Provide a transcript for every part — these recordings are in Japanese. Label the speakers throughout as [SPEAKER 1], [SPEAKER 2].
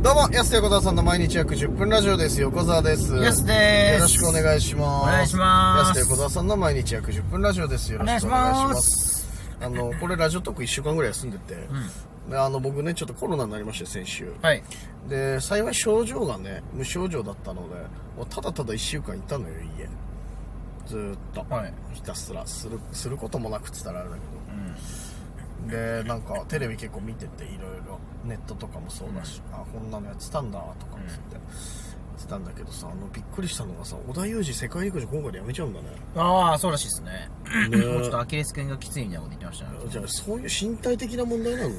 [SPEAKER 1] どうも、安手小沢さんの毎日約10分ラジオです。横澤です。
[SPEAKER 2] やすです
[SPEAKER 1] よろしくお願いします。
[SPEAKER 2] お願いします
[SPEAKER 1] 安手小沢さんの毎日約10分ラジオです。よろしくお願いします。あの、これラジオトーク1週間ぐらい休んでて、であの、僕ね、ちょっとコロナになりまして、先週。
[SPEAKER 2] はい。
[SPEAKER 1] で、幸い症状がね、無症状だったので、もうただただ1週間いたのよ、家。ずーっと。
[SPEAKER 2] はい
[SPEAKER 1] ひたすら、する、することもなくって言ったらあれだけど。でなんかテレビ結構見てていろいろネットとかもそうだし、あこんなのやってたんだとかつって、やってたんだけどさあのびっくりしたのがさ織田裕二世界陸上今回でやめちゃうんだね
[SPEAKER 2] ああ、そうらしいですね。
[SPEAKER 1] ね
[SPEAKER 2] もうちょっとアキレス腱がきついみたいなこと言ってましたね。
[SPEAKER 1] じゃあそういう身体的な問題なの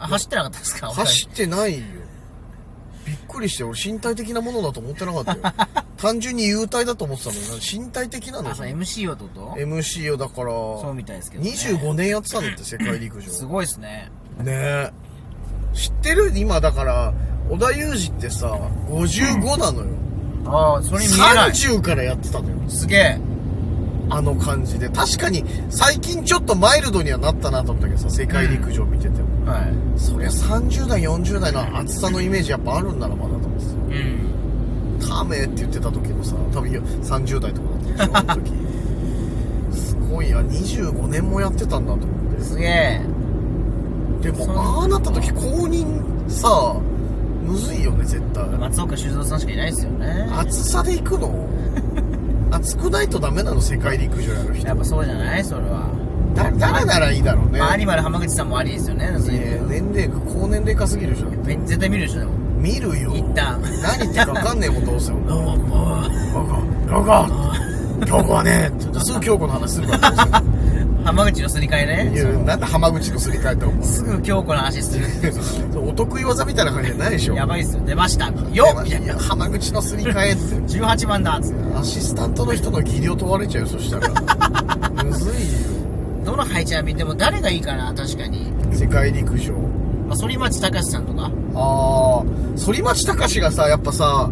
[SPEAKER 2] あ、走ってなかったですか
[SPEAKER 1] 走ってないよびっくりして俺身体的なものだと思ってなか ったよ単純に幽体だと思ってたのに身体的な
[SPEAKER 2] お互い
[SPEAKER 1] の
[SPEAKER 2] あ、そう、MC をとと
[SPEAKER 1] MC をだから
[SPEAKER 2] そうみたいですけどね
[SPEAKER 1] 25年やってたんだって世界陸上
[SPEAKER 2] すごいですね。
[SPEAKER 1] ねえ知ってる今だから織田裕二ってさ55なのよ、
[SPEAKER 2] ああ、それに見えない。
[SPEAKER 1] 30からやってたのよ
[SPEAKER 2] すげえ。
[SPEAKER 1] あの感じで確かに最近ちょっとマイルドにはなったなと思ったけどさ世界陸上見てても、
[SPEAKER 2] は
[SPEAKER 1] そりゃ30代40代の厚さのイメージやっぱあるんだなまだと思って
[SPEAKER 2] い。うん。
[SPEAKER 1] さカメって言ってた時もさ多分いや30代とかだったでしょあの時すごいや25年もやってたんだと思って
[SPEAKER 2] すげえ。
[SPEAKER 1] で
[SPEAKER 2] そう
[SPEAKER 1] もああなった時公認さむずいよね絶対
[SPEAKER 2] 松岡修造さんしかいないですよね。
[SPEAKER 1] 暑さで行くの暑くないとダメなの世界陸上やる人
[SPEAKER 2] やっぱそうじゃないそれは。
[SPEAKER 1] だ誰ならいいだろうね、
[SPEAKER 2] まあ、アニマル浜口さんもありですよね。そうい
[SPEAKER 1] えー
[SPEAKER 2] う
[SPEAKER 1] 年齢高年齢化すぎるじゃん
[SPEAKER 2] め絶対見るでしょ、でも。
[SPEAKER 1] 見るよ
[SPEAKER 2] 一旦
[SPEAKER 1] 何言ってるか分かんねえもんどうせ俺
[SPEAKER 2] どうも。
[SPEAKER 1] 京子京子はねちょっとすぐ京子の話するからどう
[SPEAKER 2] 浜口のすり替え
[SPEAKER 1] せい
[SPEAKER 2] ね。
[SPEAKER 1] やなんで浜口のすり替えたお前
[SPEAKER 2] すぐ京子の足するっていうそ の
[SPEAKER 1] お得意技みたいな感じじゃないでしょ
[SPEAKER 2] やばいっすよ。出ました。よっみたい
[SPEAKER 1] い
[SPEAKER 2] な
[SPEAKER 1] や浜口のすり替えって
[SPEAKER 2] 18番だっつって
[SPEAKER 1] アシスタントの人の技量問われちゃうよそした らむずいよ
[SPEAKER 2] どの配置は見ても誰がいいかな確かに、
[SPEAKER 1] 世界陸上
[SPEAKER 2] まあ、反町隆史さんとか
[SPEAKER 1] ああ反町隆史がさやっぱさ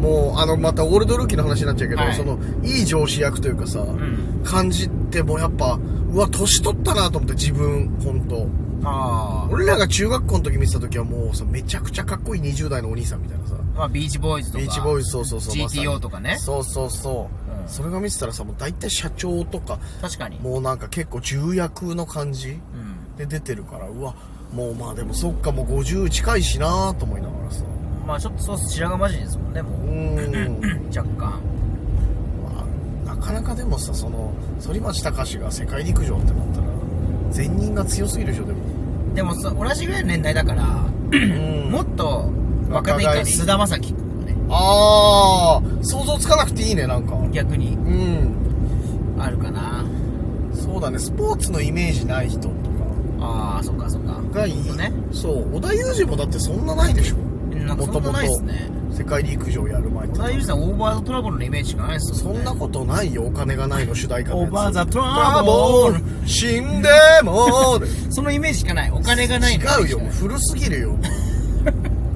[SPEAKER 1] もうあのまたオールドルーキーの話になっちゃうけど、
[SPEAKER 2] はい
[SPEAKER 1] そのいい上司役というかさ、
[SPEAKER 2] ん
[SPEAKER 1] 感じってもうやっぱうわ年取ったなと思って自分本当
[SPEAKER 2] あ
[SPEAKER 1] 俺らが中学校の時見てた時はもうさめちゃくちゃかっこいい20代のお兄さんみたいなさ
[SPEAKER 2] まあビーチボーイズとか
[SPEAKER 1] ビーチボーイズそうそうそうまさに
[SPEAKER 2] GTO とかね
[SPEAKER 1] そうそうそう、
[SPEAKER 2] うん
[SPEAKER 1] それが見てたらさもう大体社長とか
[SPEAKER 2] 確かに
[SPEAKER 1] もうなんか結構重役の感じ
[SPEAKER 2] うん
[SPEAKER 1] で出てるからうわもうまあでもそっかもう50近いしなーと思いながらさ
[SPEAKER 2] まあちょっとそうっす白髪マジですもんねも
[SPEAKER 1] う
[SPEAKER 2] う
[SPEAKER 1] ーん
[SPEAKER 2] 若干
[SPEAKER 1] まあなかなかでもさその反町隆史が世界陸上ってなったら前任が強すぎるでし ょでも
[SPEAKER 2] でもそ同じぐらいの年代だから
[SPEAKER 1] うん
[SPEAKER 2] もっと若手以
[SPEAKER 1] 若
[SPEAKER 2] 下
[SPEAKER 1] 返
[SPEAKER 2] に
[SPEAKER 1] り
[SPEAKER 2] 菅田将暉君とかね
[SPEAKER 1] ああ想像つかなくていいねなんか
[SPEAKER 2] 逆に
[SPEAKER 1] うん
[SPEAKER 2] あるかな
[SPEAKER 1] そうだねスポーツのイメージない人とか
[SPEAKER 2] ああそっかそっか
[SPEAKER 1] がいい
[SPEAKER 2] ね
[SPEAKER 1] そう織田裕二もだってそんなないでしょ
[SPEAKER 2] なんかそんなないっすね
[SPEAKER 1] 世界陸上やる前って
[SPEAKER 2] 小田裕二さんオーバーザトラブルのイメージしかないっす
[SPEAKER 1] そ
[SPEAKER 2] もんね
[SPEAKER 1] んなことないよお金がないの主題歌のやつ
[SPEAKER 2] オーバーザト
[SPEAKER 1] ブラ
[SPEAKER 2] ラ
[SPEAKER 1] ボ
[SPEAKER 2] ブル
[SPEAKER 1] ー死んでも
[SPEAKER 2] そのイメージしか ない。お金がないの
[SPEAKER 1] 違うよもう古すぎる よ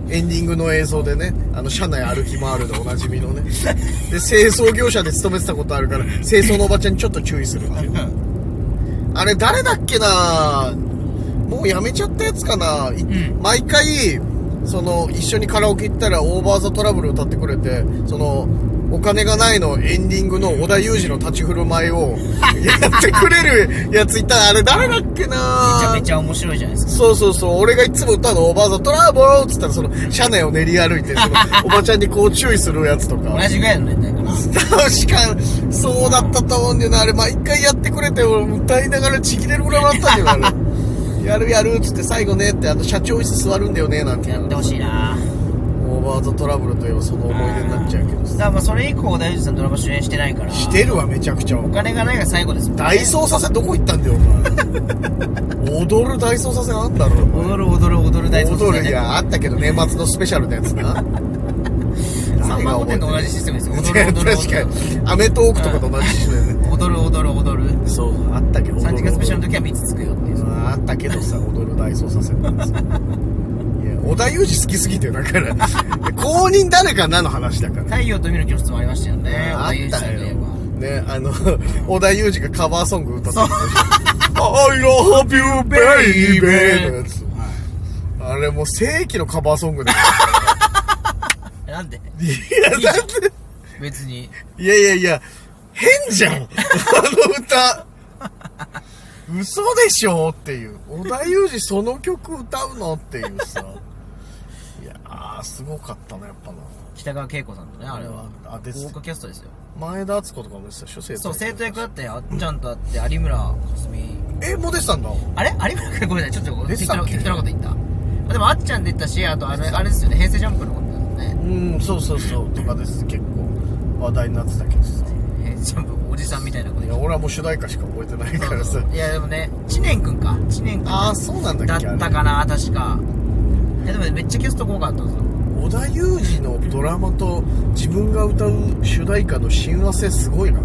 [SPEAKER 1] エンディングの映像でねあの車内歩き回るでおなじみのねで清掃業者で勤めてたことあるから清掃のおばちゃんにちょっと注意するっていうあれ誰だっけなもうやめちゃったやつかな、い
[SPEAKER 2] ん
[SPEAKER 1] 毎回その一緒にカラオケ行ったら「オーバー・ザ・トラブル」歌ってくれてそのお金がないのエンディングの織田裕二の立ち振る舞い をやってくれるやついたあれ誰だっけな
[SPEAKER 2] めちゃめちゃ面白いじゃないですか。
[SPEAKER 1] そうそうそう、俺がいつも歌うの、おばあさん、トラボーっつったら、その、車内を練り歩いて、その、 おばちゃんにこう注意するやつとか。
[SPEAKER 2] 同じぐらいの年代かな。
[SPEAKER 1] 確か、そうだったと思うんだよな、あれ、毎回やってくれて、俺、歌いながらちぎれるぐらい笑ったんだよな、あ れ。やるやるっつって、最後ねって、あの、社長椅子座るんだよね、なんて。
[SPEAKER 2] やってほしいな
[SPEAKER 1] オーバーザトラブルといえばその思い出になっちゃうけど
[SPEAKER 2] だ
[SPEAKER 1] さ。
[SPEAKER 2] からまあそれ以降、大地さんドラマ主演してないから。
[SPEAKER 1] してるわ、めちゃくちゃ。
[SPEAKER 2] お金がないが最後ですもんね。
[SPEAKER 1] 大捜査線どこ行ったんだよ、お前。踊る大捜査線あんだろ、お前
[SPEAKER 2] 踊る踊る踊る大捜査
[SPEAKER 1] 踊るいやあったけど年末のスペシャルのやつ な
[SPEAKER 2] 3万5点と同じシステムですよ。踊る踊 る
[SPEAKER 1] 確かにアメトーークとかと同じしだよね
[SPEAKER 2] 踊る踊る踊る。
[SPEAKER 1] そうあったけど
[SPEAKER 2] 3時間スペシャル
[SPEAKER 1] の
[SPEAKER 2] の時は3つつくよっていう。
[SPEAKER 1] ああったけどさ踊る大捜査線なんですよいや織田裕二好きすぎてだ から公認誰かなの話だから
[SPEAKER 2] 太陽と海の教室もありましたよね。
[SPEAKER 1] あ
[SPEAKER 2] 小田裕
[SPEAKER 1] っ
[SPEAKER 2] 二
[SPEAKER 1] た
[SPEAKER 2] さんといえ
[SPEAKER 1] よ
[SPEAKER 2] ば。
[SPEAKER 1] ねあの織田裕二がカバーソング歌ってたでしょ I love you baby のやつああれもう世紀のカバーソング だよ
[SPEAKER 2] なんで
[SPEAKER 1] いやだって
[SPEAKER 2] 別に
[SPEAKER 1] いやいやいや変じゃんあの歌嘘でしょっていう織田裕二その曲歌うのっていうさいやーすごかったなやっぱな
[SPEAKER 2] 北川景子さんとねあれは
[SPEAKER 1] あです
[SPEAKER 2] 豪華キャストですよ
[SPEAKER 1] 前田敦子とかも出てたでしょ生徒
[SPEAKER 2] そう生徒役だ
[SPEAKER 1] 役
[SPEAKER 2] ってあっちゃんとあって有村架純
[SPEAKER 1] えもう出てたんだ
[SPEAKER 2] あれ有村君ごめんなさいちょっと
[SPEAKER 1] 出て
[SPEAKER 2] 適
[SPEAKER 1] た
[SPEAKER 2] 当
[SPEAKER 1] っ
[SPEAKER 2] な
[SPEAKER 1] け
[SPEAKER 2] 適当なこと言ったあでもあっちゃん出てたしあとあれあれですよね平成ジャンプのことだもんね
[SPEAKER 1] うんそうそうそうとかです結構話題になってたけどさ
[SPEAKER 2] 平成ジャンプおじさんみたいなこと
[SPEAKER 1] い
[SPEAKER 2] 言
[SPEAKER 1] や
[SPEAKER 2] っ
[SPEAKER 1] 俺はもう主題歌しか覚えてない
[SPEAKER 2] た
[SPEAKER 1] からさ
[SPEAKER 2] いやでもね知念君か知念君
[SPEAKER 1] ああそうなんだ
[SPEAKER 2] だ
[SPEAKER 1] っ
[SPEAKER 2] っ
[SPEAKER 1] けあれ
[SPEAKER 2] たかな確かいやでもめっちゃキャスト豪華だったんですよ
[SPEAKER 1] 織田裕二のドラマと自分が歌う主題歌の親和性すごいな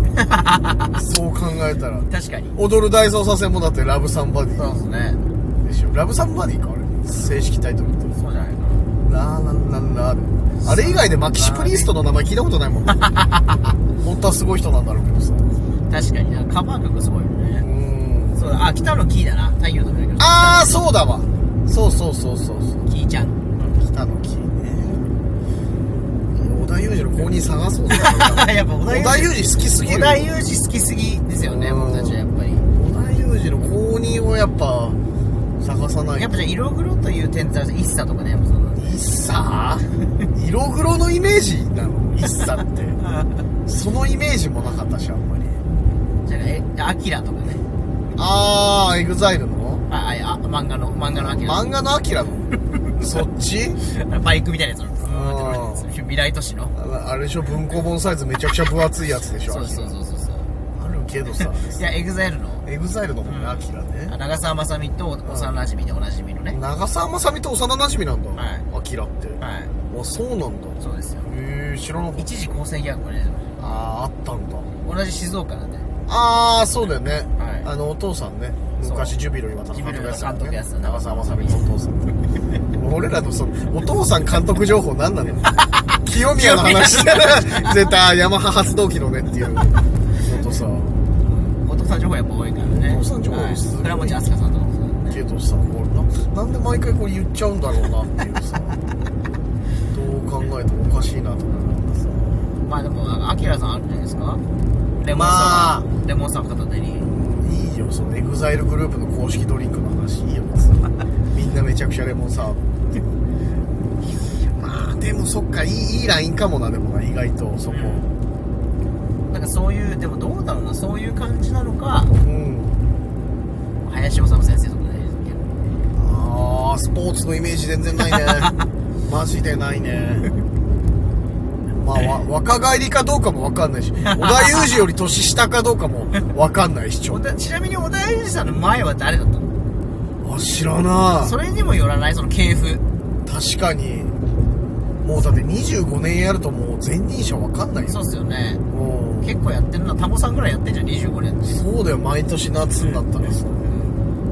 [SPEAKER 1] そう考えたら
[SPEAKER 2] 確かに
[SPEAKER 1] 踊る大捜査線もだってラブサンバデ
[SPEAKER 2] そう
[SPEAKER 1] ィ
[SPEAKER 2] ですね
[SPEAKER 1] でしょラブサンバディかあれ正式タイトルって
[SPEAKER 2] そうじゃないか
[SPEAKER 1] ラーランランラーあれ以外でマキシプリーストの名前聞いたことないもん本当はすごい人なんだろうけどさう
[SPEAKER 2] な確かになカバー曲すごいよね
[SPEAKER 1] ん
[SPEAKER 2] そうだあ北野キーだな太陽の目が
[SPEAKER 1] ああそうだわそうそうそうそうそう
[SPEAKER 2] キーちゃん
[SPEAKER 1] 北の木ね織田裕二の公認探そうだよ
[SPEAKER 2] やっぱ
[SPEAKER 1] 織田裕二好きすぎ
[SPEAKER 2] 織
[SPEAKER 1] る
[SPEAKER 2] 田裕二好きすぎですよね
[SPEAKER 1] うん
[SPEAKER 2] 僕たちはやっぱり
[SPEAKER 1] 織田裕二の公認をやっぱ探さない
[SPEAKER 2] やっぱじゃあ色黒という点在一茶とかねやっぱその
[SPEAKER 1] イッサー 色黒のイメージなのイッサー ってそのイメージもなかったしあんまり
[SPEAKER 2] じゃあえアキラとかね
[SPEAKER 1] ああエグザイルの
[SPEAKER 2] あああ漫画の漫画のアキラ
[SPEAKER 1] 漫画のアキラ のそっち
[SPEAKER 2] バイクみたいなやつの
[SPEAKER 1] あー
[SPEAKER 2] 未来都市の
[SPEAKER 1] ああれでしょ文庫本サイズめちゃくちゃ分厚いやつでしょ
[SPEAKER 2] そうそうそうそうそう
[SPEAKER 1] あるけどさ
[SPEAKER 2] いやエグザイルの
[SPEAKER 1] エグザイルの方ねアキラね
[SPEAKER 2] あ長澤まさみと幼馴染でおなじみのね
[SPEAKER 1] 長澤まさみと幼馴染なんだ、
[SPEAKER 2] はい
[SPEAKER 1] アキラって、
[SPEAKER 2] はい
[SPEAKER 1] あそうなんだ
[SPEAKER 2] そうですよ
[SPEAKER 1] へえ知らなかった
[SPEAKER 2] 一時高専ギャグがね
[SPEAKER 1] あああったんだ
[SPEAKER 2] 同じ静岡なんで
[SPEAKER 1] ああそうだよね、
[SPEAKER 2] はい
[SPEAKER 1] あのお父さんね
[SPEAKER 2] そう
[SPEAKER 1] 昔ジュビロ磐田の
[SPEAKER 2] ジュビロ
[SPEAKER 1] 監督やってた
[SPEAKER 2] 監督やってた
[SPEAKER 1] ね長澤まさみのお父さん俺らのそのお父さん監督情報何 なの清宮の話したら 絶対あーヤマハ発動機のねっていうのとさ
[SPEAKER 2] お父さん情報やっぱ多いからね
[SPEAKER 1] お父さん情報
[SPEAKER 2] はい
[SPEAKER 1] すごい
[SPEAKER 2] 倉持飛鳥さんとかもそうだね
[SPEAKER 1] けどさ俺ななんで毎回これ言っちゃうんだろうなっていうさどう考えてもおかしいなと思ってさ
[SPEAKER 2] まあでもあきらさんあるんじゃないですかレモンサ
[SPEAKER 1] まあ
[SPEAKER 2] ワー、レモンサワー片手に
[SPEAKER 1] いいよそのエグザイルグループの公式ドリンクの話いいよ別 にみんなめちゃくちゃレモンサワーまあでもそっかいいいいラインかもなでもな意外とそこ
[SPEAKER 2] なんかそういうでもどうだろうなそういう感じなのか
[SPEAKER 1] うん
[SPEAKER 2] 林修先生とかね
[SPEAKER 1] あースポーツのイメージ全然ない ねマジでないねまあわ若返りかどうかも分かんないし織田裕二より年下かどうかも分かんないしちょ
[SPEAKER 2] お
[SPEAKER 1] っと
[SPEAKER 2] だちなみに小田裕二さんの前は誰だったの
[SPEAKER 1] あ知らな
[SPEAKER 2] それにもよらないその系譜
[SPEAKER 1] い確かにもうだって25年やるともう前任者分かんないよ
[SPEAKER 2] そうっすよね
[SPEAKER 1] うん
[SPEAKER 2] 結構やってるなタモさんぐらいやってんじゃん25年って
[SPEAKER 1] そうだよ毎年夏になったらさ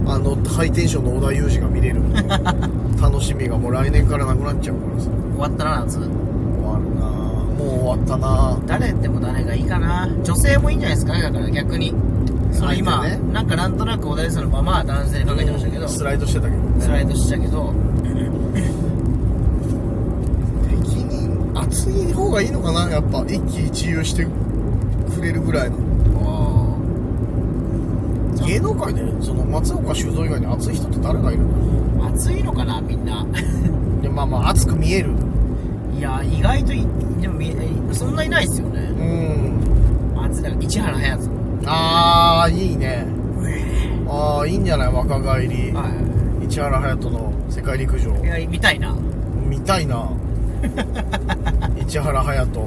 [SPEAKER 1] あのハイテンションの織田裕二が見 れる楽しみがもう来年からなくなっちゃうからさ
[SPEAKER 2] 終わったな夏
[SPEAKER 1] 終わるなあもう終わったなあ
[SPEAKER 2] 誰でも誰がいいかな女性もいいんじゃないですかねだから逆にその今、
[SPEAKER 1] 相手ね
[SPEAKER 2] なんかなんとなく小田裕二さんのまま男性にかけてましたけど、
[SPEAKER 1] スライドしてたけどね
[SPEAKER 2] スライドしてたけど
[SPEAKER 1] 適任熱い方がいいのかなやっぱ一喜一憂してくれるぐらいの芸能界でその松岡修造以外に熱い人って誰がいるの
[SPEAKER 2] 暑いのかなみんな
[SPEAKER 1] いやまあまあ熱く見える
[SPEAKER 2] いや意外といでもみそんないないですよね
[SPEAKER 1] うん
[SPEAKER 2] 暑いだから市原隼人
[SPEAKER 1] ああいいねああいいんじゃない若返り
[SPEAKER 2] は
[SPEAKER 1] 市原隼人の世界陸上
[SPEAKER 2] いいや見たいな、うん、
[SPEAKER 1] 見たいな 市原隼人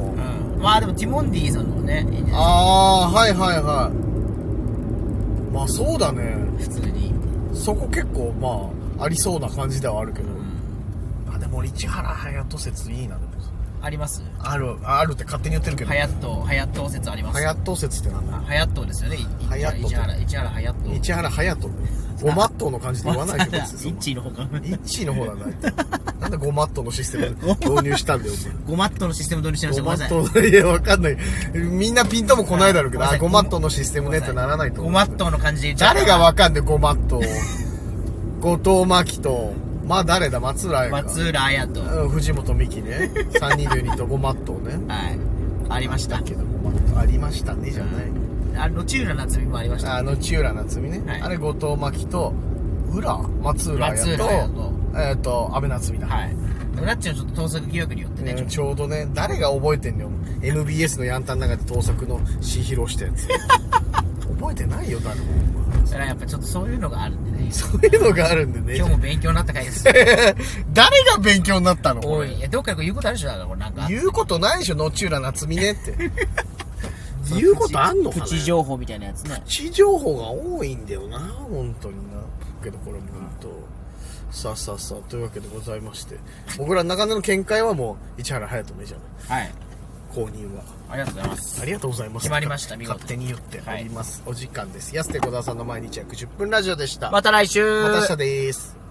[SPEAKER 2] まあでもティモンディさんのもねいいんじゃない
[SPEAKER 1] ああはいはいはいまあそうだね
[SPEAKER 2] 普通に、
[SPEAKER 1] そこ結構まあありそうな感じではあるけど、
[SPEAKER 2] うん、
[SPEAKER 1] あでも俺市原隼人説いいなでも
[SPEAKER 2] あります
[SPEAKER 1] あるあるって勝手に言ってるけど
[SPEAKER 2] 隼人隼人説あります
[SPEAKER 1] 隼人説ってなんだ
[SPEAKER 2] あ隼人ですよねいい
[SPEAKER 1] 隼人
[SPEAKER 2] 市原市原隼人
[SPEAKER 1] 市原隼人ごまっとうの感じで言わないけど
[SPEAKER 2] まあ
[SPEAKER 1] 別にそ んな
[SPEAKER 2] 一位の方か
[SPEAKER 1] 一位の方だななんでごまっとうのシステム導入したんだよお前
[SPEAKER 2] 5マットのシステム導入してました
[SPEAKER 1] ご
[SPEAKER 2] ご
[SPEAKER 1] ま
[SPEAKER 2] めんな
[SPEAKER 1] っと
[SPEAKER 2] さい
[SPEAKER 1] うのいやわかんないみんなピンとも来ないだろうけど
[SPEAKER 2] はい
[SPEAKER 1] あごまっとうのシステムねってならないと思
[SPEAKER 2] 5
[SPEAKER 1] う
[SPEAKER 2] マットの感じで言っちゃう
[SPEAKER 1] 誰がわかんねえごまっとう後藤真希とまあ誰だ松浦綾
[SPEAKER 2] 松浦綾と、は
[SPEAKER 1] 香うん藤本美貴ね3人のユニットゴマットね
[SPEAKER 2] いありました
[SPEAKER 1] だけどゴマットありましたねじゃない
[SPEAKER 2] あの中浦夏美もありました
[SPEAKER 1] あの千浦夏美ね、
[SPEAKER 2] はい
[SPEAKER 1] あれ後藤真希と浦松浦
[SPEAKER 2] 松
[SPEAKER 1] 綾と
[SPEAKER 2] 浦綾と
[SPEAKER 1] えっ、と安倍夏美だ、
[SPEAKER 2] はいでもなっちゃんちょっと盗作記憶によってね、
[SPEAKER 1] ね
[SPEAKER 2] ち
[SPEAKER 1] ちょうどね誰が覚えてんのよ MBS のヤンタンの中で盗作の詩披露したやつ 覚えてないよ誰も
[SPEAKER 2] ょそれはやっぱちょっとそういうのがあるんでね
[SPEAKER 1] そういうのがあるんでね
[SPEAKER 2] 今日も勉強になった回です
[SPEAKER 1] 誰が勉強になったのこ
[SPEAKER 2] お
[SPEAKER 1] れ
[SPEAKER 2] いいやどっかで言うことあるでしょだからこれなんか
[SPEAKER 1] 言うことないでしょ野中浦夏美ねって 言うことあんのかな
[SPEAKER 2] プチ情報みたいなやつね
[SPEAKER 1] 地情報が多いんだよな本当になけどこれも本当さあさあさあというわけでございまして僕らの中での見解はもう市原隼人ねじゃない
[SPEAKER 2] はい
[SPEAKER 1] 公認は
[SPEAKER 2] ありがとうございます
[SPEAKER 1] ありがとうございます
[SPEAKER 2] 決まりました見事
[SPEAKER 1] 勝手に言っております、お時間です安手小沢さんの毎日約10分ラジオでした
[SPEAKER 2] また来週
[SPEAKER 1] また明日です